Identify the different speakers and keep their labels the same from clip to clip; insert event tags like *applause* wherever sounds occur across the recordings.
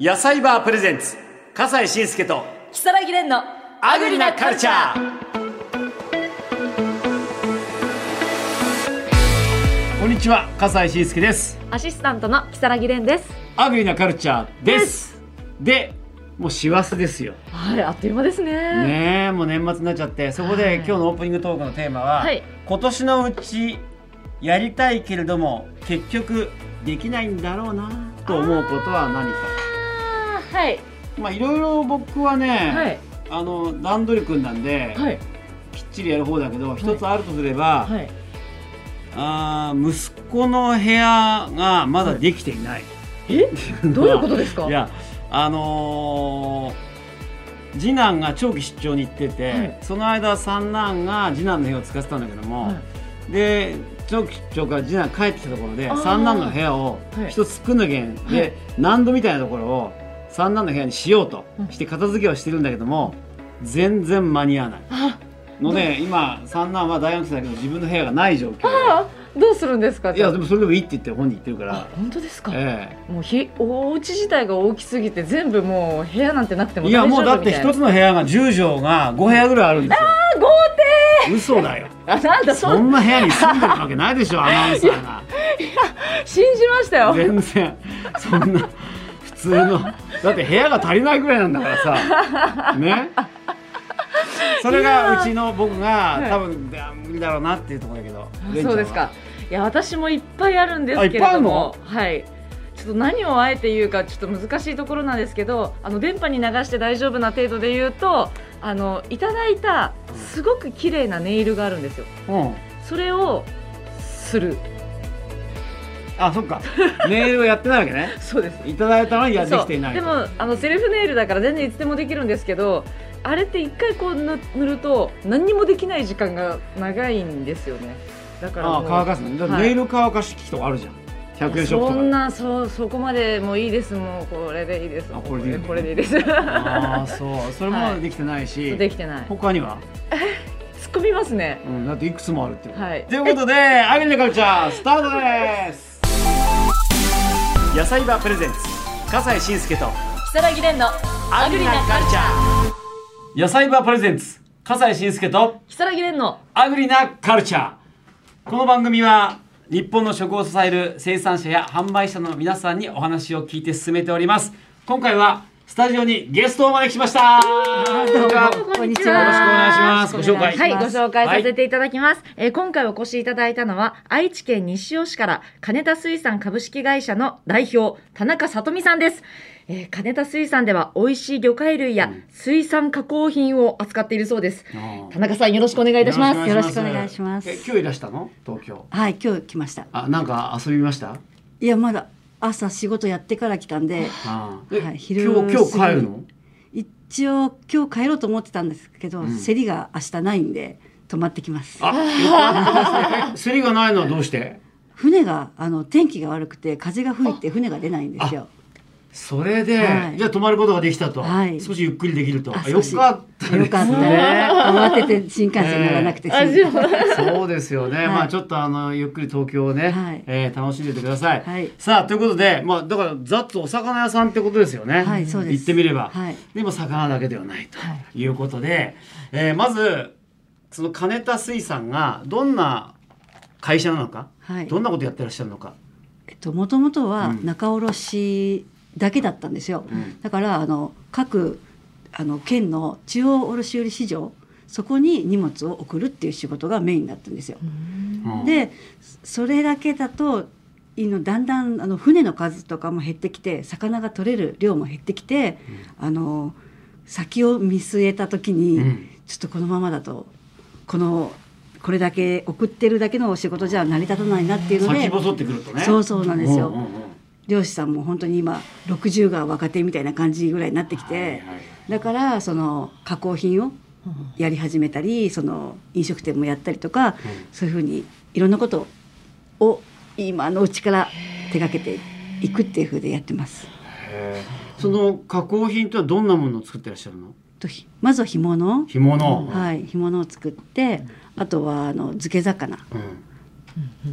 Speaker 1: 野菜バープレゼンツ笠西慎介と
Speaker 2: 木更木蓮の
Speaker 1: アグリなカルチャーこんにちは笠西慎介です
Speaker 2: アシスタントの木更木蓮です
Speaker 1: アグリなカルチャーですでもう師走ですよ
Speaker 2: はいあっという間ですね
Speaker 1: ねえもう年末になっちゃってそこ
Speaker 2: はい
Speaker 1: で今日のオープニングトークのテーマは、
Speaker 2: はい
Speaker 1: 今年のうちやりたいけれども結局できないんだろうなと思うことは何か
Speaker 2: あーはい
Speaker 1: まあいろいろ僕はね、
Speaker 2: はい
Speaker 1: あの段取り君なんで、
Speaker 2: はい
Speaker 1: きっちりやる方だけど一つあるとすれば、
Speaker 2: はい
Speaker 1: あー息子の部屋がまだできていない、
Speaker 2: えどういうことですか
Speaker 1: いやあのー次男が長期出張に行ってて、
Speaker 2: はい
Speaker 1: その間三男が次男の部屋を使ってたんだけども、
Speaker 2: は
Speaker 1: で長期出張から次男帰ってきたところで
Speaker 2: あー
Speaker 1: 三男の部屋を
Speaker 2: はい
Speaker 1: 一つ作んなきゃいけんで、
Speaker 2: はい
Speaker 1: 何度みたいなところを三男の部屋にしようとして片付けをしてるんだけども全然間に合わない
Speaker 2: あ
Speaker 1: ので今三男は大学生だけど自分の部屋がない状況
Speaker 2: あーどうするんですか
Speaker 1: いやで
Speaker 2: も
Speaker 1: もそれでもいいって言って本人言ってるから
Speaker 2: あ、本当ですか、
Speaker 1: え
Speaker 2: もうひお家自体が大きすぎて全部もう部屋なんてなくて
Speaker 1: え、
Speaker 2: も
Speaker 1: い
Speaker 2: 大丈
Speaker 1: や
Speaker 2: 夫
Speaker 1: も
Speaker 2: みた
Speaker 1: う
Speaker 2: い
Speaker 1: だ
Speaker 2: な
Speaker 1: って一つの部屋が10畳が5部屋ぐらいあるんですよ
Speaker 2: あ豪
Speaker 1: 嘘だよ
Speaker 2: 邸あなんだそ
Speaker 1: そ
Speaker 2: うん
Speaker 1: な部屋に住んでるわけないでしょアナウンサーが
Speaker 2: 信じましたよ
Speaker 1: 全然そんな普通のだって部屋が足りないぐらいなんだからさねそれがうちの僕が
Speaker 2: いや
Speaker 1: 多分いや無理だろうなっていうところだけど
Speaker 2: あ
Speaker 1: レンちゃんは
Speaker 2: そうですか。いや私もいっぱいあるんですけれ
Speaker 1: あいっぱいあ
Speaker 2: ど
Speaker 1: る
Speaker 2: も
Speaker 1: の、
Speaker 2: はい。ちょっと何をあえて言うかちょっと難しいところなんですけど、あの電波に流して大丈夫な程度で言うと、あのいただいたすごく綺麗なネイルがあるんですよ。
Speaker 1: うん
Speaker 2: それをする。
Speaker 1: あそっかネイルをやってないわけね
Speaker 2: そうです。
Speaker 1: いただいたのにやって
Speaker 2: そ
Speaker 1: き
Speaker 2: う
Speaker 1: ていない
Speaker 2: でもあのセルフネイルだから全然いつでもできるんですけど、あれって一回こう塗塗ると何にもできない時間が長いんですよね。だからも
Speaker 1: あ
Speaker 2: う
Speaker 1: 乾かすのだって
Speaker 2: はい
Speaker 1: ネイル乾かし機器とかあるじゃん100円ショップと
Speaker 2: そ
Speaker 1: か
Speaker 2: んなそうそこまでもういいですもうこれでいいです
Speaker 1: あこれでいいの
Speaker 2: これでいいです *laughs*
Speaker 1: ああそうそれもできてないし、
Speaker 2: できてない突っ
Speaker 1: 他には、
Speaker 2: 込みますね
Speaker 1: うん、だっていくつもあるっていう
Speaker 2: はい
Speaker 1: ということ
Speaker 2: *laughs*
Speaker 1: でアグリのカルチャースタートです野菜場プレゼンツ笠西慎介と
Speaker 2: 木更木蓮のアグリなカルチ
Speaker 1: ャー野菜場プレゼンツ笠西慎介と
Speaker 2: 木更木蓮の
Speaker 1: アグリなカルチャーこの番組は日本の食を支える生産者や販売者の皆さんにお話を聞いて進めております今回はスタジオにゲストをお招きしましたどうか
Speaker 3: こんにち
Speaker 1: よろしくお
Speaker 3: は。
Speaker 1: 願いします。ご紹介。
Speaker 3: は
Speaker 2: はいい、ご紹介させ
Speaker 1: て。
Speaker 2: ていただきます。えー今回お越しいただいたのは、愛知県西尾市から金田水産株式会社の代表、田中さとみさんです。えー金田水産では美味しい魚介類や水産加工品を扱っているそうです。田中さんよろしくお願いいたします。
Speaker 3: よろしくお願いします
Speaker 1: え今日いらしたの？東京。
Speaker 3: はい、今日来ました。
Speaker 1: あ、なんか遊びました？
Speaker 3: いや、まだ朝仕事やってから来たんで、
Speaker 1: あー、
Speaker 3: は
Speaker 1: え
Speaker 3: い
Speaker 1: 今日
Speaker 3: 昼
Speaker 1: 今日帰るの？
Speaker 3: 一応今日帰ろうと思ってたんですけど、
Speaker 1: ん
Speaker 3: 競りが明日ないんで泊まってきます。
Speaker 1: あ、え競りがないのはどうして？
Speaker 3: 船があの天気が悪くて風が吹いて船が出ないんですよ。
Speaker 1: それで、
Speaker 3: はい
Speaker 1: じゃあ泊まることができたと、
Speaker 3: はい
Speaker 1: 少しゆっくりできると。
Speaker 3: あ
Speaker 1: あよかったですね。
Speaker 3: よかったね。慌てて新幹線乗らなくて済んだ。 *laughs*
Speaker 1: そうですよね、
Speaker 3: い
Speaker 1: まあちょっとあのゆっくり東京をね、
Speaker 3: はい
Speaker 1: えー楽しんでてください、
Speaker 3: はい
Speaker 1: さあということでまあだからざっとお魚屋さんってことですよね、
Speaker 3: はいそうです
Speaker 1: 行ってみれば、
Speaker 3: はい
Speaker 1: でも魚だけではないと
Speaker 2: はい
Speaker 1: いうことで、えーまずその金田水産がどんな会社なのか、
Speaker 3: はい
Speaker 1: どんなことやってらっしゃるのか、
Speaker 3: えっと、もともとは
Speaker 1: うん
Speaker 3: 仲卸だけだったんですよ、
Speaker 1: うん
Speaker 3: だからあの各あの県の中央卸売市場そこに荷物を送るっていう仕事がメインだったんですよ。
Speaker 1: うん
Speaker 3: でそれだけだといいのだんだんあの船の数とかも減ってきて魚が取れる量も減ってきて、あの先を見据えた時に、
Speaker 1: うん
Speaker 3: ちょっとこのままだとこのこれだけ送ってるだけのお仕事じゃ成り立たないなっていうので
Speaker 1: 先細ってくるとね
Speaker 3: そうそうなんですよ
Speaker 1: んうんうん
Speaker 3: 漁師さんも本当に今60が若手みたいな感じぐらいになってきて、
Speaker 1: はいはい
Speaker 3: だからその加工品をやり始めたりその飲食店もやったりとか、そういうふうにいろんなことを今のうちから手がけていくっていうふうでやってます。
Speaker 1: へーその加工品とはどんなものを作ってらっしゃるの
Speaker 3: とひまずは干物、
Speaker 1: 干物、
Speaker 3: はい、干物を作ってあとはあの漬け魚
Speaker 1: うん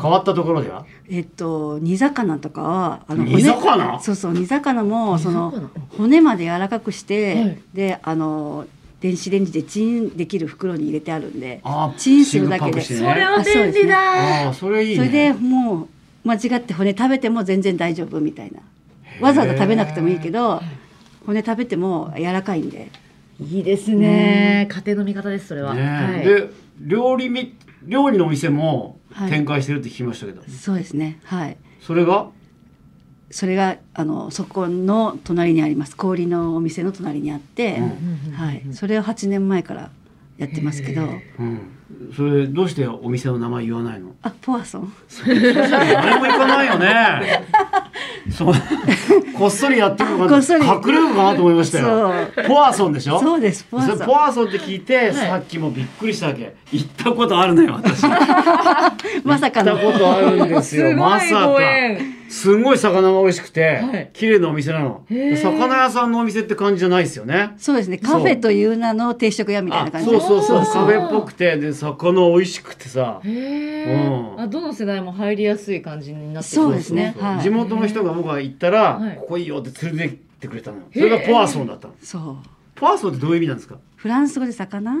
Speaker 1: 変わったところでは
Speaker 3: えっと煮魚とかはあ
Speaker 1: 煮魚
Speaker 3: そうそう煮魚もそ
Speaker 2: 煮
Speaker 3: の
Speaker 2: 魚
Speaker 3: 骨まで柔らかくして、
Speaker 2: はい
Speaker 3: であの電子レンジでチンできる袋に入れてあるんで
Speaker 1: あー
Speaker 3: チンするだけで
Speaker 1: シンクパンクして
Speaker 2: それ
Speaker 1: ね
Speaker 2: は便利だ
Speaker 1: ああそれいいね
Speaker 3: それでもう間違って骨食べても全然大丈夫みたいなわざわざ食べなくてもいいけど骨食べても柔らかいんで
Speaker 2: いいですね家庭の味方ですそれは、
Speaker 1: ね
Speaker 2: はい、
Speaker 1: で料理み料理のお店も
Speaker 3: はい
Speaker 1: 展開してるって聞きましたけど、
Speaker 3: そうですねはい
Speaker 1: それが
Speaker 3: それがあのそこの隣にあります氷のお店の隣にあって、
Speaker 1: うん
Speaker 3: はい、それを8年前からやってますけど
Speaker 1: うん、それどうしてお店の名前言わない
Speaker 3: *laughs*
Speaker 1: の
Speaker 3: あポワソン
Speaker 1: 誰も行かないよねそうこっそりやってるの
Speaker 3: こ
Speaker 1: か
Speaker 3: っそり
Speaker 1: と隠れるのかなと思いましたよ
Speaker 3: そう
Speaker 1: ポワソンでしょ
Speaker 3: そうですポワソン
Speaker 1: それポワソンって聞いて、さっきもびっくりしたわけ行ったことあるのよ私行っ
Speaker 3: まさか
Speaker 1: た
Speaker 3: の
Speaker 1: ことあるんです
Speaker 2: す
Speaker 1: よ
Speaker 2: ごい
Speaker 1: まさか
Speaker 2: ご縁
Speaker 1: すごい魚が美味しくて、
Speaker 2: はい
Speaker 1: 綺麗なお店なの
Speaker 2: へー
Speaker 1: 魚屋さんのお店って感じじゃないですよね
Speaker 3: そうですね
Speaker 1: そう
Speaker 3: カフェという名の定食屋みたいな感じ
Speaker 1: そうそうそう
Speaker 2: あー
Speaker 1: カフェっぽくてで魚美味しくてさ
Speaker 2: へ
Speaker 1: う
Speaker 2: え
Speaker 1: ん
Speaker 2: あどの世代も入りやすい感じになって
Speaker 3: そうですね
Speaker 1: そうそうそう
Speaker 3: はい
Speaker 1: 地元の人が僕が行ったら、
Speaker 2: はい
Speaker 1: ここいいよって連れてってくれたのよ
Speaker 2: へ
Speaker 1: そ
Speaker 2: ー
Speaker 1: れがポワソンだったの
Speaker 3: そう
Speaker 1: ポワソンってどういう意味なんですか
Speaker 3: フランス語
Speaker 1: *laughs*
Speaker 3: で魚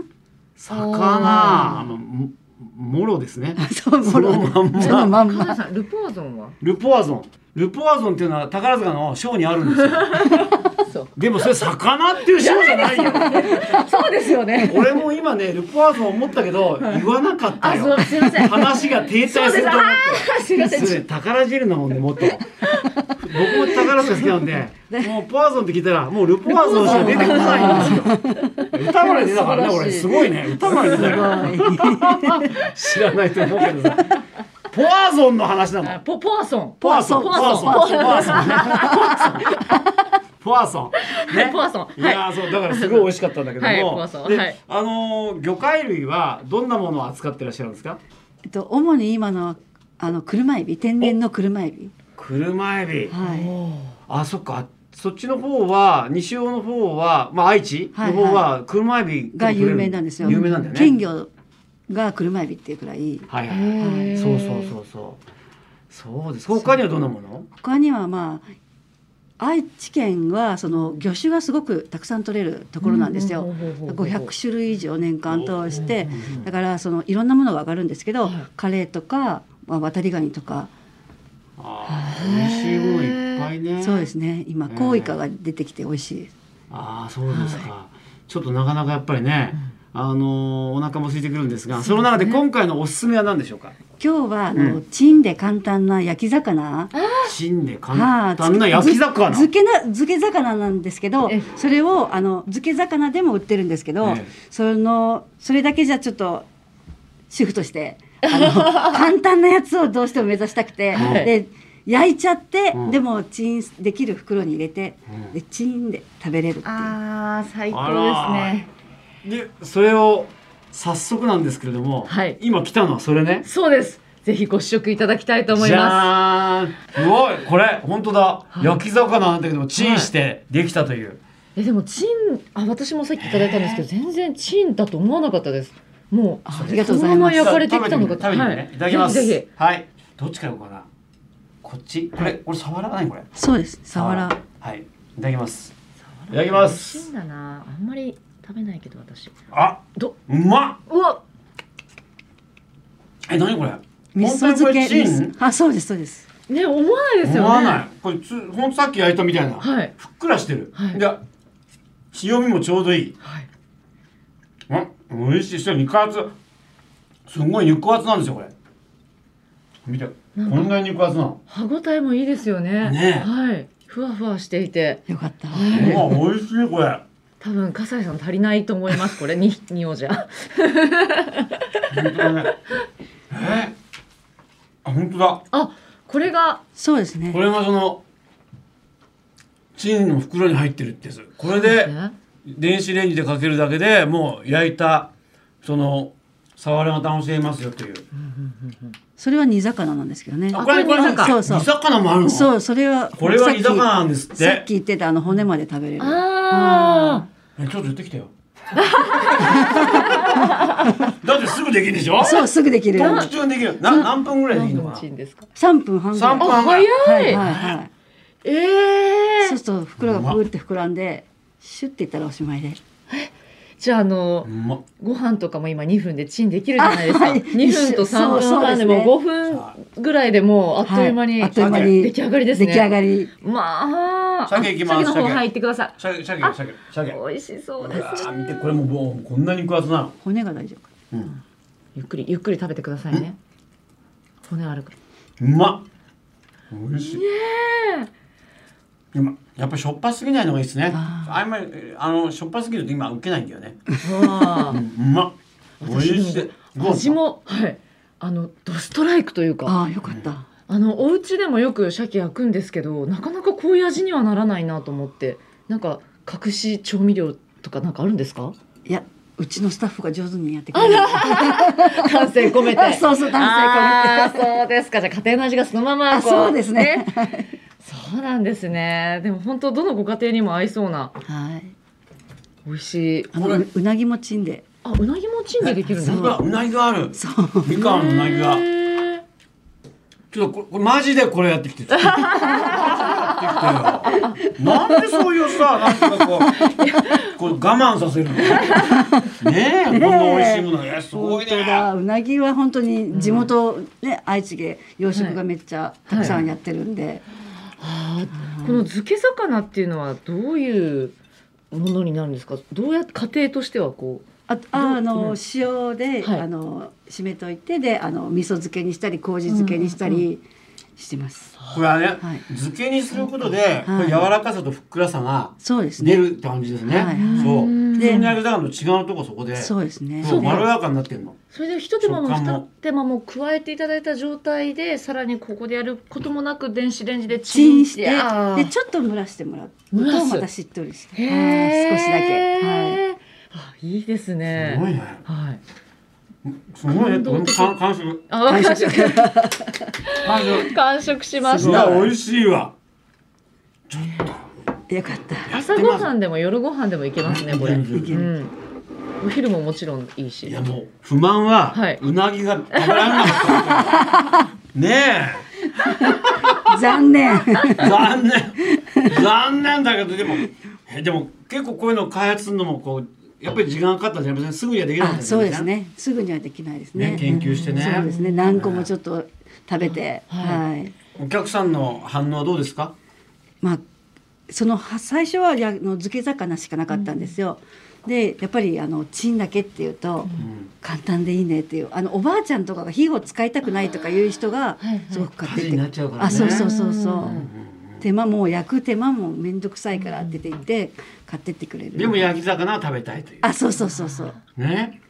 Speaker 1: 魚あのももろですね
Speaker 3: そう
Speaker 1: そ
Speaker 3: も
Speaker 1: の
Speaker 3: ろ
Speaker 1: まん
Speaker 3: その
Speaker 1: ま
Speaker 3: まん
Speaker 2: カナ
Speaker 3: ま
Speaker 2: さんルポワゾンは
Speaker 1: ルポワゾンルポワゾンっていうのは宝塚のショーにあるんですよ
Speaker 2: *laughs* そう
Speaker 1: でもそれ魚っていうショーじゃないよ
Speaker 2: *laughs* そうですよね
Speaker 1: 俺も今ねルポワーズを思ったけど言わなかった
Speaker 2: あそ
Speaker 1: よ
Speaker 2: うすい
Speaker 1: *laughs*
Speaker 2: ません
Speaker 1: 話が停滞すると思
Speaker 2: あすいま
Speaker 1: って
Speaker 2: せん
Speaker 1: 失礼宝汁なもんでもっと僕も宝塚好きなん
Speaker 2: *laughs*
Speaker 1: でもうポワーゾンって聞いたらもうルポワーゾンしか出てこないんですよ歌まで出たからね
Speaker 2: 素晴ら
Speaker 1: 俺
Speaker 2: しい
Speaker 1: すごいね歌まで出たから
Speaker 3: すごい
Speaker 1: 知らないと思うけどさポワーゾンの話な
Speaker 2: あ
Speaker 1: の
Speaker 2: ポポワソン
Speaker 1: ポワーソン
Speaker 2: ポ
Speaker 1: ポ
Speaker 2: ワ
Speaker 1: ワー
Speaker 2: ソ
Speaker 1: ソ
Speaker 2: ン
Speaker 1: ン
Speaker 2: ポ
Speaker 1: ポ
Speaker 2: ワ
Speaker 1: ワ
Speaker 2: ソ
Speaker 1: ーソ
Speaker 2: ン
Speaker 1: ンねポワーソンね
Speaker 2: ポワソン
Speaker 1: い
Speaker 2: はい
Speaker 1: やーそうだからすごい美味しかったんだけど
Speaker 2: はい
Speaker 1: も、
Speaker 2: 怖そう
Speaker 1: で、
Speaker 2: はい
Speaker 1: あのー魚介類はどんなものを扱ってらっしゃるんですか？
Speaker 3: えっと主に今のあの車エビ天然の車エビ
Speaker 1: 車エビ。
Speaker 3: はい
Speaker 1: あそっか。そっちの方は西尾の方はまあ愛知
Speaker 3: は
Speaker 1: の
Speaker 3: い
Speaker 1: 方は車エビ
Speaker 3: が有名なんですよ
Speaker 1: 有名なんだよね。
Speaker 3: 金魚が車エビっていうくらい
Speaker 1: はいはいはい。
Speaker 2: へー
Speaker 1: そうそうそうそう。そうです。他にはどんなもの？
Speaker 3: 他にはまあ愛知県はその魚種がすごくたくさん取れるところなんですよ。500種類以上年間通してだからそのいろんなものが上がるんですけど、カレーとか、まあ、渡りガニとか、
Speaker 1: ああ美味しいものいっぱいね。
Speaker 3: そうですね今
Speaker 1: うん
Speaker 3: コウイカが出てきて美味しいです
Speaker 1: ああそうですか、ちょっとなかなかやっぱりね、あのーお腹も空いてくるんですがその中で今回のおすすめは何でしょうか
Speaker 3: 今日はあの、
Speaker 1: うん
Speaker 3: チンで簡単な焼き魚
Speaker 1: チンで
Speaker 3: は
Speaker 1: 簡単な焼き魚
Speaker 3: 漬けな漬け魚なんですけど
Speaker 2: ええ
Speaker 3: それをあの漬け魚でも売ってるんですけど、
Speaker 1: ええ
Speaker 3: そのそれだけじゃちょっと主婦としてあ
Speaker 1: *laughs*
Speaker 3: の簡単なやつをどうしても目指したくて、
Speaker 1: はい
Speaker 3: で焼いちゃって、
Speaker 1: うん
Speaker 3: でもチンできる袋に入れて、
Speaker 1: うん
Speaker 3: でチンで食べれるっていう
Speaker 2: あー最
Speaker 1: あ
Speaker 2: 高ですね
Speaker 1: らーでそれを早速なんですけれども、
Speaker 2: はい
Speaker 1: 今来たのはそれね
Speaker 2: そうですぜひご試食いただきたいと思い
Speaker 1: じ
Speaker 2: ま
Speaker 1: ゃーんすごいこれ本当だ、
Speaker 2: い
Speaker 1: 焼き魚なんだけどもチンしてできたという、
Speaker 2: すえでもチンあ私もさっきいただいたんですけど全然チンだと思わなかったですもう
Speaker 3: あありがとうご
Speaker 2: その
Speaker 3: ざい
Speaker 2: ま
Speaker 3: ま
Speaker 2: ます焼かれてきたのかと
Speaker 1: 食べてみる
Speaker 2: は
Speaker 1: ね
Speaker 2: い
Speaker 1: いただきます
Speaker 2: ぜひぜひ
Speaker 1: はいどっちからいこうかなこっちこれこれ触らないこれ
Speaker 3: そうですサワラ
Speaker 1: はいいただきますいただきます
Speaker 2: 美味しいんだなあんまり食べないけど私
Speaker 1: あ
Speaker 2: ど
Speaker 1: うまっ
Speaker 2: うわ
Speaker 1: え何これ
Speaker 3: 味噌
Speaker 1: 本
Speaker 3: 漬け
Speaker 1: 当にこれチン
Speaker 3: 味噌あそうですそうです
Speaker 2: ね思わないですよね
Speaker 1: 思わないこれつほんとさっき焼いたみたいな、
Speaker 2: はい
Speaker 1: ふっくらしてる、
Speaker 2: はい
Speaker 1: で塩味もちょうどいい
Speaker 2: はい
Speaker 1: あ美味しいそして肉厚すごい肉厚なんですよこれ見てこ
Speaker 2: なんか
Speaker 1: んなに肉厚なの
Speaker 2: 歯ごたえもいいですよね
Speaker 1: ねえ
Speaker 2: はいふわふわしていて
Speaker 3: よかった
Speaker 2: はいう
Speaker 1: わ美味しいこれ
Speaker 2: 多分笠井さん足りないと思いますこれに匂いじゃ
Speaker 1: 本当だねえーあ本当だ
Speaker 2: あこれが
Speaker 3: そうですね
Speaker 1: これがそのチンの袋に入ってるってやつこれで
Speaker 2: ね
Speaker 1: 電子レンジでかけるだけでもう焼いたそのサワラが楽しめますよという
Speaker 3: それは煮魚なんですけどね
Speaker 1: あこれこれなんか
Speaker 3: そうそう
Speaker 1: 煮魚もあるの
Speaker 3: そうそれは
Speaker 1: これは
Speaker 3: さっき
Speaker 1: 煮魚なんですって
Speaker 3: さっき言ってたあの骨まで食べれる
Speaker 2: あ
Speaker 1: えちょっと言ってきたよ
Speaker 2: あ
Speaker 1: だってすぐできるでしょ
Speaker 3: そうすぐできるよう
Speaker 1: 短
Speaker 3: に
Speaker 1: 期中にできるな何分ぐらいでいい
Speaker 2: 何
Speaker 1: の
Speaker 2: の
Speaker 1: か
Speaker 2: チンですか。
Speaker 3: 3分半ぐら
Speaker 1: 三
Speaker 3: い
Speaker 1: 分
Speaker 2: あ、早
Speaker 3: は
Speaker 2: い。
Speaker 3: いはいはい
Speaker 2: ええ
Speaker 3: そうすると袋がふーって膨らんでシュッていったらおしまいで
Speaker 2: じゃあ、あの
Speaker 1: なう、まっ
Speaker 2: ご飯とかも今2分でチンできるじゃないですか。
Speaker 3: あはい
Speaker 2: 2分と3分半で
Speaker 3: そうそうですね
Speaker 2: も5分ぐらいでもうあっという間に
Speaker 3: はあっという間に
Speaker 2: 出来上がりですね。
Speaker 3: 出来上がり
Speaker 2: まあ、
Speaker 1: 鮭いきます
Speaker 2: 鮭の方
Speaker 1: 鮭
Speaker 2: 入ってくださ
Speaker 1: シャケシャケシャケシャ
Speaker 2: い。
Speaker 1: ケうわ
Speaker 2: 美味しそうです
Speaker 1: ー
Speaker 2: ね。
Speaker 1: 見てこれももうこんなに肉厚なの
Speaker 3: 骨が大丈夫か
Speaker 1: うん
Speaker 2: ゆっくりゆっくり食べてくださいね。骨あるから。
Speaker 1: うまっ美味しいでもやっぱりしょっぱすぎないのがいいですね
Speaker 3: あ
Speaker 1: あんまりえあのしょっぱすぎると今受けないんだよね
Speaker 2: わあ
Speaker 1: うまっ美
Speaker 2: 私
Speaker 1: 味しい
Speaker 2: でも味もはい。あのドストライクというか。
Speaker 3: ああよかった
Speaker 2: あのお家でもよく鮭焼くんですけどなかなかこういう味にはならないなと思ってなんか隠し調味料とかなんかあるんですか
Speaker 3: いやうちのスタッフが上手にやってくれる
Speaker 2: 感性込め
Speaker 3: あ
Speaker 2: て
Speaker 3: *laughs* そうそう男性
Speaker 2: あーそうですかじゃあ家庭の味がそのまま
Speaker 3: あ
Speaker 2: こう
Speaker 3: そうですね
Speaker 2: そうなんですねでも本当どのご家庭にも合いそうな
Speaker 3: はい
Speaker 2: 美味しい
Speaker 3: あ
Speaker 1: これ
Speaker 3: のううなぎもチンで
Speaker 2: あうなぎもチンでできるんです
Speaker 1: うわ
Speaker 2: か
Speaker 1: うなぎがある
Speaker 3: そう
Speaker 1: みかんのうなぎが
Speaker 2: へー
Speaker 1: ちょっとこれこれマジでこれやってきて。ちょっとやってきてよ。なんでそういうさ、なんかこう、こう我慢させるの。ねえ、こんな美味しいもの、いや、すご
Speaker 3: 本
Speaker 1: い
Speaker 3: 当
Speaker 1: ね。
Speaker 3: だうなぎは本当に地元、ね愛知で養殖がめっちゃたくさんやってるんで、
Speaker 2: あーこの漬け魚っていうのはどういうものになるんですかどうやって家庭としてはこう
Speaker 3: あああの塩で、
Speaker 2: はい
Speaker 3: あの締めといてであの味噌漬けにしたり麹漬けにしたりしてます、
Speaker 1: これはね
Speaker 3: はい、
Speaker 1: 漬けにすることで、こ
Speaker 3: は
Speaker 1: れ
Speaker 3: い
Speaker 1: 柔らかさとふっくらさが
Speaker 3: そうです
Speaker 1: 出
Speaker 3: ね
Speaker 1: るって感じです
Speaker 3: は
Speaker 1: ね
Speaker 3: い。
Speaker 1: そう。
Speaker 2: うん
Speaker 1: 普通に揚げたのと違うとこそこで、そ
Speaker 3: そうですね
Speaker 1: うまろやかになってんの。
Speaker 2: それで一手間も
Speaker 1: 食感も
Speaker 2: 二手間も加えていただいた状態でさらにここでやることもなく電子レンジで
Speaker 3: チ
Speaker 2: チン
Speaker 3: ン
Speaker 2: し
Speaker 3: しててで
Speaker 2: ょ
Speaker 3: ちょっと蒸らしてもらう
Speaker 2: 蒸ら
Speaker 3: と
Speaker 2: す
Speaker 3: またしっとりして
Speaker 2: へ
Speaker 3: はい少しだけ、はい、
Speaker 2: い、あいいですね
Speaker 1: すごいね。
Speaker 2: はい
Speaker 1: すごいね。
Speaker 2: 感動
Speaker 1: こ
Speaker 2: 的
Speaker 1: れも完食。
Speaker 2: あ完
Speaker 3: 完
Speaker 2: 食
Speaker 3: 食
Speaker 1: 完食。
Speaker 2: 完食しま
Speaker 1: い
Speaker 2: し
Speaker 1: や、
Speaker 2: た
Speaker 1: 美味しいわ。
Speaker 3: *laughs* よかった
Speaker 2: 朝ごはんでも夜ご飯でもいけますねこれ、
Speaker 1: いけるいけ
Speaker 2: う
Speaker 1: る
Speaker 2: ん、お昼ももちろんいいし
Speaker 1: いやもう不満は、
Speaker 2: はいう
Speaker 1: なぎが食べられなかった。
Speaker 3: *laughs*
Speaker 1: ね
Speaker 3: 残念
Speaker 1: え、残念。残念だけどでもえでも結構こういうの開発するのもこうやっぱり時間かかったんじゃありません。すぐにはできなか
Speaker 3: *laughs*
Speaker 1: ったん
Speaker 3: あそうです。ねすぐにはできないですね
Speaker 1: ね研究してね
Speaker 3: そうですね何個もちょっと食べて、
Speaker 2: は
Speaker 3: はい
Speaker 1: お客さんの反応はどうですか？
Speaker 3: まあ、そのは最初はやあの漬け魚しかなかったんですよ。でやっぱりあのチンだけっていう
Speaker 1: う
Speaker 3: と、
Speaker 1: ん。
Speaker 3: 簡単でいいねっていうあのおばあちゃんとかが火を使いたくないとかいう人が
Speaker 2: はいはい
Speaker 3: すごく買っ
Speaker 1: 火
Speaker 3: て
Speaker 1: 事
Speaker 3: て、
Speaker 1: になっちゃうからね。
Speaker 3: あそうそうそうそう
Speaker 1: うん
Speaker 3: う
Speaker 1: うん
Speaker 3: 手間も焼く手間も面倒くさいからって言って買ってってくれ
Speaker 1: うん
Speaker 3: る
Speaker 1: でも焼き魚は食べたいという。
Speaker 3: あそうそうそうそう
Speaker 1: ね。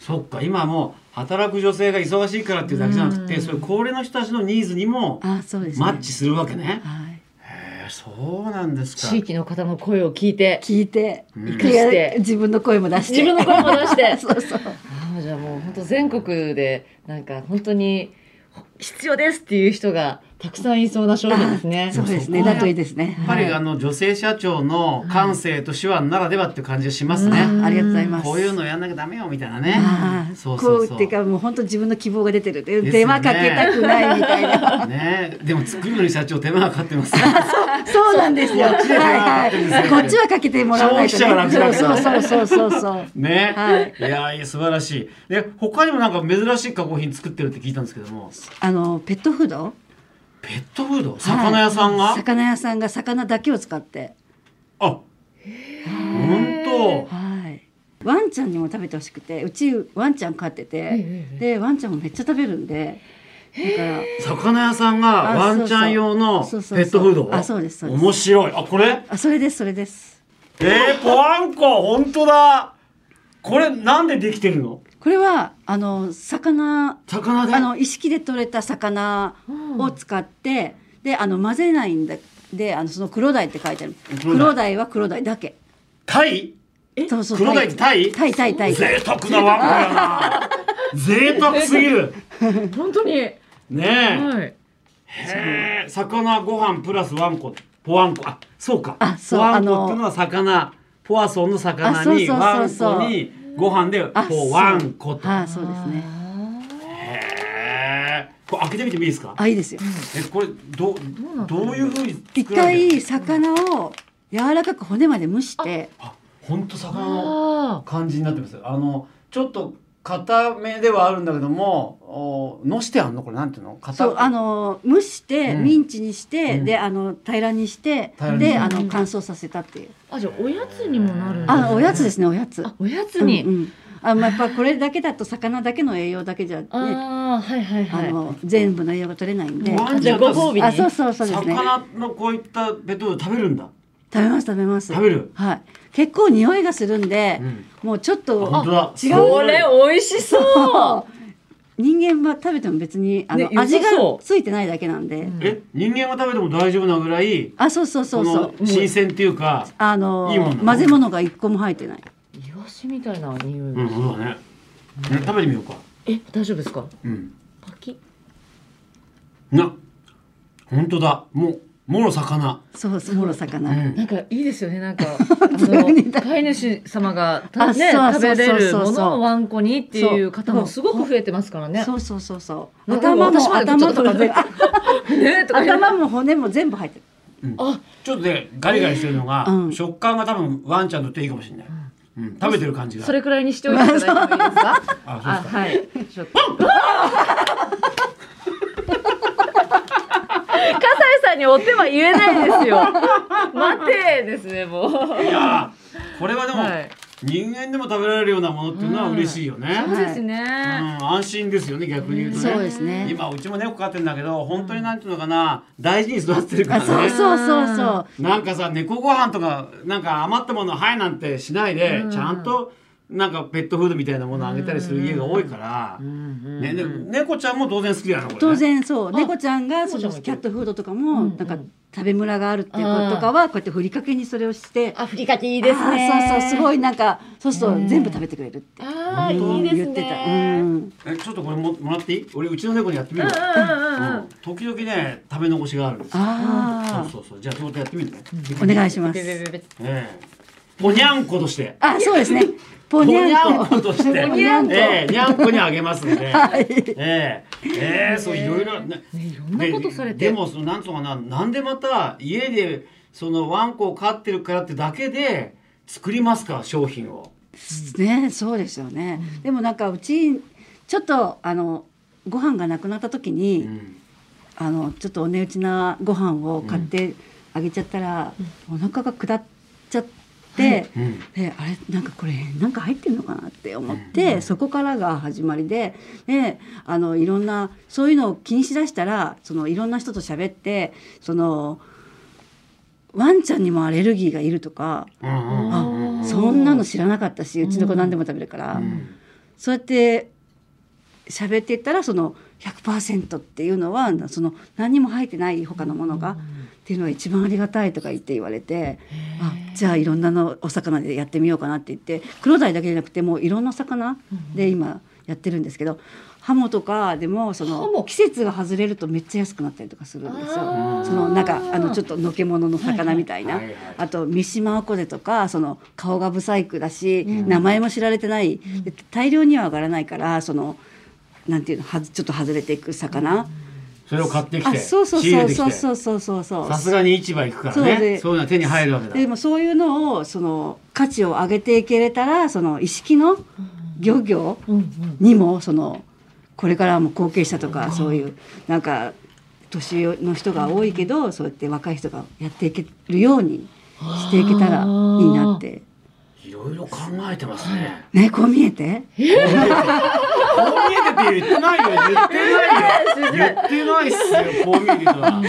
Speaker 1: そっか今もう働く女性が忙しいからっていうだけじゃなく
Speaker 2: う
Speaker 1: て、
Speaker 2: ん
Speaker 1: そういう高齢の人たちのニーズにも
Speaker 3: あそうですね
Speaker 1: マッチするわけね。
Speaker 3: はい
Speaker 1: へえそうなんですか。
Speaker 2: 地域の方の声を聞いて
Speaker 3: 聞いて
Speaker 1: うん
Speaker 3: いや自分の声も出して
Speaker 2: 自分の声も出して
Speaker 3: *laughs* そうそう
Speaker 2: ああじゃあもう本当全国でなんか本当にほ必要ですっていう人がたくさんいそうな商品ですね。
Speaker 3: *laughs* そうですね
Speaker 1: そこは
Speaker 3: だといいですね
Speaker 1: やっぱり
Speaker 2: はい
Speaker 1: あの女性社長の感性と手腕ならではっていう感じがしますね。
Speaker 2: うん
Speaker 3: あありがとうございます
Speaker 1: こういうのやんなきゃダメよみたいなね
Speaker 3: あ。あ
Speaker 1: そうそう
Speaker 3: こ
Speaker 1: そうう。
Speaker 3: っていうかもう本当自分の希望が出てるで
Speaker 1: ですよね
Speaker 3: 手間かけたくないみたいな
Speaker 1: ね、でも作るのに社長手間がかかってます。
Speaker 2: *laughs*
Speaker 1: ね
Speaker 3: *laughs* そうなんですよ
Speaker 1: こっちで手間かかってるんですよ
Speaker 3: はいはいこっちはかけてもらわないと、
Speaker 1: 消費者は楽
Speaker 3: そう
Speaker 1: だか
Speaker 3: そうそうそうそうそうはい
Speaker 1: いやいや素晴らしい。で他にもなんか珍しい加工品作ってるって聞いたんですけども、
Speaker 3: あのペットフード
Speaker 1: ペットフード、魚屋さんが、
Speaker 3: はい魚屋さんが魚だけを使って
Speaker 1: あ、本
Speaker 3: はいワンちゃんにも食べてほしくてうちワンちゃん飼っててでワンちゃんもめっちゃ食べるんでだから
Speaker 1: 当。魚屋さんが
Speaker 3: あ
Speaker 1: ワンちゃん用のペ
Speaker 3: そうそう
Speaker 1: ットフード。
Speaker 3: あそうですそうです
Speaker 1: 面白い。あこれ？
Speaker 3: あそれですそれです
Speaker 1: えー、ポワンコ本当だ。これなんでできてるの？
Speaker 3: これはあの魚
Speaker 1: 魚で。
Speaker 3: あの意識で取れた魚を使って、であの混ぜないんだであのその黒鯛って書いてある
Speaker 1: 黒鯛
Speaker 3: 黒鯛は黒鯛だけ
Speaker 1: タイ
Speaker 3: そうそう
Speaker 1: 黒鯛ってタイ
Speaker 3: タイタイタイ
Speaker 1: 贅沢なワンコや
Speaker 3: *laughs*
Speaker 1: な贅沢すぎる
Speaker 2: 本当に。
Speaker 1: ね
Speaker 2: はい。
Speaker 1: え、へえ魚ご飯プラスワンコポワンコあそうか
Speaker 3: あそう
Speaker 1: ポワン
Speaker 3: あ
Speaker 1: コ
Speaker 3: の
Speaker 1: ってのは魚フォアソンの魚
Speaker 3: あそう
Speaker 1: に
Speaker 3: そう
Speaker 1: ワ
Speaker 3: そ
Speaker 1: ン
Speaker 3: うそう
Speaker 1: コにご飯でフ
Speaker 3: あそう
Speaker 1: ォワンコと。
Speaker 3: あそうですね。
Speaker 2: ね。
Speaker 1: へえ。これ開けてみてもいいですか。
Speaker 3: あいいですよ。
Speaker 1: えこれど
Speaker 2: うな
Speaker 1: うん
Speaker 2: だ
Speaker 1: どういう風に
Speaker 3: 一
Speaker 1: 作られてる。
Speaker 3: 回魚を柔らかく骨まで蒸して、
Speaker 1: あ本当魚の
Speaker 2: あ
Speaker 1: 感じになってます。あのちょっと硬めではあるんだけども、おのしてあんのこれなんていうの？硬
Speaker 3: そうあの蒸して
Speaker 1: うん
Speaker 3: ミンチにして、
Speaker 1: うん
Speaker 3: であの平らにして
Speaker 1: 平らにして
Speaker 3: であの乾燥させたっていう。
Speaker 2: ーあじゃあおやつにもなるんだ
Speaker 3: あおやつですねおやつ。
Speaker 2: あおやつに。
Speaker 3: うんうんあまあやっぱこれだけだと魚だけの栄養だけじゃねあ
Speaker 2: ああはいはいはい。
Speaker 3: の全部の栄養が取れないんで。
Speaker 1: ワン
Speaker 2: じゃあご褒美に。
Speaker 3: あそうそうそうですね。
Speaker 1: 魚のこういったベッドで食べるんだ。
Speaker 3: 食べます食べます。
Speaker 1: 食べる。
Speaker 3: はい。結構匂いがするんで、
Speaker 1: うん
Speaker 3: もうちょっ
Speaker 1: あ
Speaker 3: と
Speaker 1: 本当だ。
Speaker 3: 違う
Speaker 2: これ美味しそう。
Speaker 3: 人間は食べても別にあの、
Speaker 2: ね良さ
Speaker 3: 味が
Speaker 2: そう
Speaker 3: ついてないだけなんで、
Speaker 2: うん
Speaker 1: え人間が食べても大丈夫なぐらい
Speaker 3: あそうそうそうそう
Speaker 1: この新鮮っていうか、
Speaker 3: あの
Speaker 1: いいもんなの
Speaker 3: 混ぜ物が一個も入ってない
Speaker 2: イワシみたいな匂い
Speaker 1: うん、
Speaker 2: が。
Speaker 1: そうだね、ね食べてみようか
Speaker 2: え大丈夫ですか？
Speaker 1: うん
Speaker 2: パキ。
Speaker 1: な本当だもうもろ魚、
Speaker 3: そうもろ
Speaker 1: う
Speaker 3: 魚、
Speaker 1: ん
Speaker 2: なんかいいですよね
Speaker 3: *laughs*
Speaker 2: なんかあの飼い主様がた
Speaker 3: あ
Speaker 2: ね
Speaker 3: そう
Speaker 2: 食べれる
Speaker 3: そう
Speaker 2: も
Speaker 3: そうそうそう
Speaker 2: のをワンコにっていう方もす
Speaker 3: そう
Speaker 2: ごく増えてますからね
Speaker 3: そ。うそうそうそう
Speaker 2: なんか
Speaker 3: 頭
Speaker 2: 私
Speaker 3: も
Speaker 2: までちょ
Speaker 3: 頭
Speaker 2: っと
Speaker 3: とか全部あ
Speaker 2: *laughs* ねとか言う
Speaker 3: 頭も骨も全部入ってる
Speaker 2: あ
Speaker 1: ちょっとねガリガリしてるのが、
Speaker 3: うん
Speaker 1: 食感が多分ワンちゃんとっていいかもしれない、うん食べてる感じが
Speaker 2: それくらいにしておいていただいてもいいですか？
Speaker 1: あそう
Speaker 2: あ
Speaker 1: ですか
Speaker 2: はい。ちょっと。笠井さんにおっては言えないですよ。待てですねもう。
Speaker 1: いやーこれはでも、
Speaker 2: はい。
Speaker 1: 人間でも食べられるようなものっていうのは嬉しいよね、
Speaker 2: そうですね。
Speaker 1: うん、安心ですよね逆に言うとね
Speaker 3: そうですね
Speaker 1: 今うちも猫飼ってるんだけど本当になんていうのかな大事に育ててるか
Speaker 3: あ
Speaker 1: ら
Speaker 3: そ
Speaker 1: ね
Speaker 3: うそうそうそう
Speaker 1: なんかさ猫ご飯とかなんか余ったものはいなんてしないで、
Speaker 2: うん
Speaker 1: ちゃんとなんかペットフードみたいなものあげたりする家が多いから、ねね猫ちゃんも当然好きだなこれ、ね、
Speaker 3: 当然そう
Speaker 2: あ
Speaker 3: 猫ちゃんがそ
Speaker 2: 猫ちゃん
Speaker 3: の
Speaker 2: もい
Speaker 3: キ
Speaker 2: け
Speaker 3: ャ
Speaker 2: る
Speaker 3: ットフードとか
Speaker 2: う
Speaker 3: も
Speaker 2: んうん
Speaker 3: なんか食べムラがあるっていうこととかはこうやってふりかけにそれをして
Speaker 2: あふりかけいいですね。
Speaker 3: あーそうそうすご
Speaker 2: い。
Speaker 3: いなんかそうする
Speaker 2: ね
Speaker 3: と全部食べてくれるって
Speaker 2: ああ
Speaker 1: 本当
Speaker 2: いいです
Speaker 3: 言
Speaker 2: ね。
Speaker 3: ってた、う
Speaker 2: うん
Speaker 3: ん
Speaker 1: えちょっとこれももらっていい俺うちの猫にやってみるわ、
Speaker 2: うんうん
Speaker 1: う
Speaker 2: うん
Speaker 1: ん。時々ね食べ残しがあるんですよそ
Speaker 3: あ
Speaker 1: うそうそうじゃあちょっとやってみるね、
Speaker 3: あお願いします
Speaker 2: べべべべ
Speaker 1: ええポニャンコとして
Speaker 3: あそうですね
Speaker 1: ポ
Speaker 3: *laughs* ポ
Speaker 1: ニ
Speaker 3: ニャ
Speaker 1: ャン
Speaker 3: ンコ
Speaker 1: コとして
Speaker 3: ポニャンコ
Speaker 1: ええにゃんこにあげますんで、
Speaker 3: はい
Speaker 1: ええええそういろいろね
Speaker 2: ねいろんなことされて。
Speaker 1: ででもそのなんつうのかななんでまた家でそのワンコを飼ってるからってだけで作りますか商品を
Speaker 3: ねそうですよね、でもなんかうちちょっとあのご飯がなくなった時に、
Speaker 1: うん
Speaker 3: あのちょっとお値打ちなご飯を買ってあげちゃったら、お腹が下っちゃって、
Speaker 1: うん
Speaker 3: であれなんかこれなんか入ってんのかなって思って、そこからが始まりでであのいろんなそういうのを気にしだしたらそのいろんな人と喋ってそのワンちゃんにもアレルギーがいるとか、
Speaker 1: うんうん
Speaker 3: あ
Speaker 2: うん
Speaker 3: そんなの知らなかったしうちの子
Speaker 2: うん
Speaker 3: 何でも食べるから。
Speaker 1: うん
Speaker 3: そうやって喋っていったらその100%っていうのはその何にも入ってない他のものが、っていうのが一番ありがたいとか言って言われてあじゃあいろんなのお魚でやってみようかなって言って黒鯛だけじゃなくてもういろんな魚で今やってるんですけどハモとかでもそ
Speaker 2: ハモ
Speaker 3: の季節が外れるとめっちゃ安くなったりとかするんですよ。
Speaker 2: あー
Speaker 3: そのなんかあのちょっとのけものの魚みたいな、
Speaker 1: はいはいはいはい
Speaker 3: あと三島おこぜとかその顔が不細工だし、名前も知られてない、で大量には上がらないからそのなんていうのはずちょっと外れていく魚、
Speaker 1: それを買ってき
Speaker 3: あ
Speaker 1: て
Speaker 3: そうそう
Speaker 1: 仕入
Speaker 3: そ
Speaker 1: れ
Speaker 3: う
Speaker 1: てき
Speaker 3: そう
Speaker 1: て
Speaker 3: そうそうそうそう
Speaker 1: さすがに市場行くから
Speaker 3: そう
Speaker 1: ね
Speaker 3: で
Speaker 1: そういうのは手に入るわけだ
Speaker 3: でもそういうのをその価値を上げていけれたらその意識の漁業
Speaker 2: うんうん。
Speaker 3: にもそのこれからも後継者とかそういうなんか年の人が多いけどそうやって若い人がやっていけるようにしていけたらいいなって。
Speaker 1: いろいろ考えてますね
Speaker 3: ね、こう見えて
Speaker 1: こう見えてって言ってないよ言ってないよ言ってないっすよこう見えてとは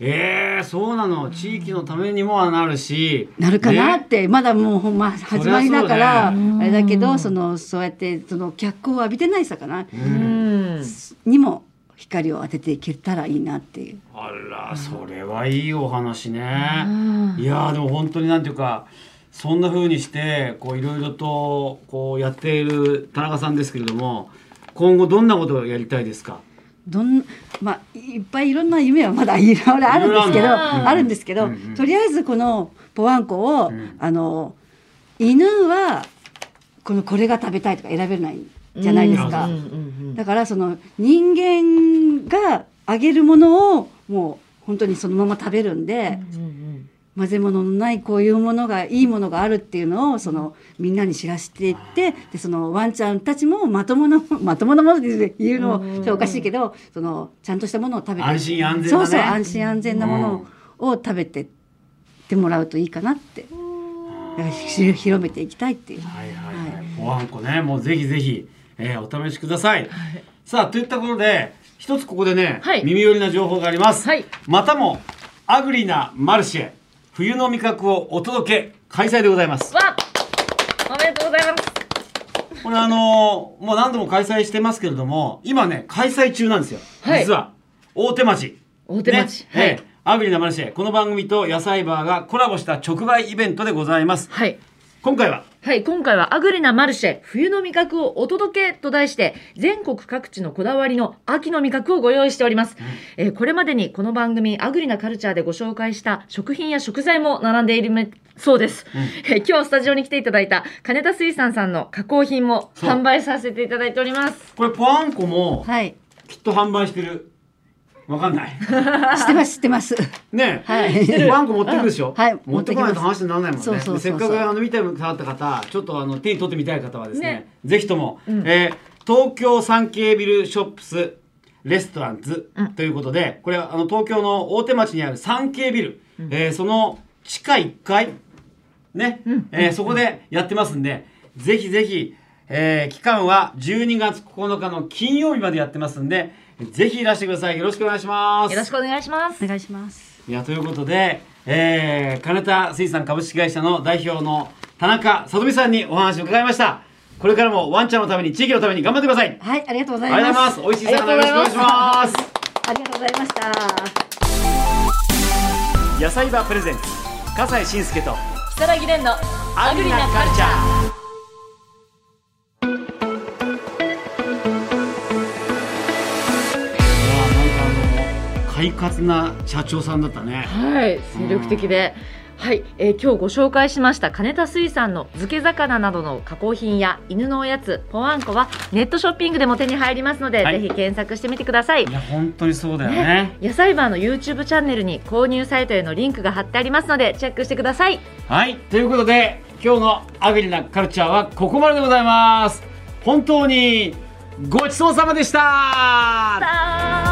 Speaker 1: ええそうなの地域のためにもはなるし
Speaker 3: なるかなっ
Speaker 1: ね
Speaker 3: て、まだもうほんま始まりだから、
Speaker 1: そり
Speaker 2: ゃそう
Speaker 3: あ
Speaker 2: だよ
Speaker 3: れだけ
Speaker 2: う
Speaker 3: ど
Speaker 2: ん
Speaker 3: そのそうやってその脚光を浴びてない魚
Speaker 2: うん。
Speaker 3: にも光を当てていけたらいいなっていう。
Speaker 1: あらそれはいいお話ね
Speaker 2: うん
Speaker 1: いやーでも本当になんていうかそんな風にしてこういろいろとこうやっている田中さんですけれども今後どんなことをやりたいですか
Speaker 3: どんまあいっぱいいろんな夢はまだいろいろあるんですけ
Speaker 1: いろいろ
Speaker 3: ど
Speaker 1: あるんだ
Speaker 3: あるんですけど、
Speaker 1: うんうん
Speaker 3: とりあえずこのポワンコを、
Speaker 1: うん
Speaker 3: あの犬はこのこれが食べたいとか選べないじゃないですか、
Speaker 2: うんうんうん
Speaker 3: だからその人間があげるものをもう本当にそのまま食べるんで、
Speaker 2: うんうん
Speaker 3: 混ぜ物のないこういうものがいいものがあるっていうのをそのみんなに知らせていってでそのワンちゃんたちもまともなまともなものって言うの
Speaker 2: うん
Speaker 3: もちょっとおかしいけどそのちゃんとしたものを食べて
Speaker 1: 安心安全だ
Speaker 3: そ
Speaker 1: ね
Speaker 3: うそう安心安全なものを食べてってもらうといいかなってだからひ広めていきたいっていう。
Speaker 1: はいはいはい。おわんこね、もうぜひぜひ、えー、お試しください。さあ、といったことで、一つここでね、
Speaker 2: はい
Speaker 1: 耳寄りな情報があります。
Speaker 2: はい
Speaker 1: またも、アグリなマルシェ、冬の味覚をお届け、開催でございます。
Speaker 2: わおめでとうございます
Speaker 1: これあのーもう何度も開催してますけれども、今ね、開催中なんですよ。
Speaker 2: はい
Speaker 1: 実は、大手町。
Speaker 2: 大手町、
Speaker 1: ねええアグリなマルシェ、この番組と野菜バーがコラボした直売イベントでございます。
Speaker 2: はいはい
Speaker 1: 今回は、
Speaker 2: はい、今回はアグリなマルシェ、冬の味覚をお届けと題して、全国各地のこだわりの秋の味覚をご用意しております。えーこれまでにこの番組、アグリなカルチャーでご紹介した食品や食材も並んでいるめそうです、えー今日スタジオに来ていただいた金田水産さんの加工品も
Speaker 1: そう
Speaker 2: 販売させていただいております。
Speaker 1: これ、ポワンコも、
Speaker 3: はい、
Speaker 1: きっと販売してる。わかんない。
Speaker 3: 知ってます知ってます。
Speaker 1: ねえ、
Speaker 3: はい
Speaker 1: ワンコ持ってくるでしょ、
Speaker 3: はい
Speaker 1: 持ってこないと話にならないもんね
Speaker 3: そうそうそうそう
Speaker 1: でせっかくあの見てくださった方ちょっとあの手に取ってみたい方はですね
Speaker 2: ね
Speaker 1: ぜひとも、
Speaker 2: うん
Speaker 1: えー東京産経ビルショップスレストランズ
Speaker 2: うん
Speaker 1: ということで、これはあの東京の大手町にある産経ビル、えーその地下1階ね、
Speaker 2: うん
Speaker 1: えーそこでやってますんで、ぜひぜひ、えー期間は12月9日の金曜日までやってますんでぜひいらしてくださいよろしくお願いします
Speaker 2: よろしくお願いします。
Speaker 3: *laughs* お願いします。
Speaker 1: いやということで、えー、金田水産株式会社の代表の田中さとみさんにお話を伺いましたこれからもワンちゃんのために地域のために頑張ってください
Speaker 3: はい、ありがとうござ
Speaker 1: あ
Speaker 3: い
Speaker 1: りがとうござい
Speaker 3: ま。
Speaker 1: ますす美味しい魚よろしくお願いします
Speaker 3: ありがとうございました。
Speaker 1: 野菜場プレゼンツ笠西慎介と
Speaker 2: 木更木蓮の
Speaker 1: アグリなカルチャーなんかあの快活な社長さんだったね
Speaker 2: はい、精力的で。はい、えー今日ご紹介しました金田水産の漬け魚などの加工品や犬のおやつポワンコはネットショッピングでも手に入りますので、
Speaker 1: はい
Speaker 2: ぜひ検索してみてください
Speaker 1: いや本当にそうだよね
Speaker 2: 野菜バーの YouTube チャンネルに購入サイトへのリンクが貼ってありますのでチェックしてください
Speaker 1: はい、ということで今日の「アグリなカルチャー」はここまででございます。本当にごちそうさまでした
Speaker 2: さあ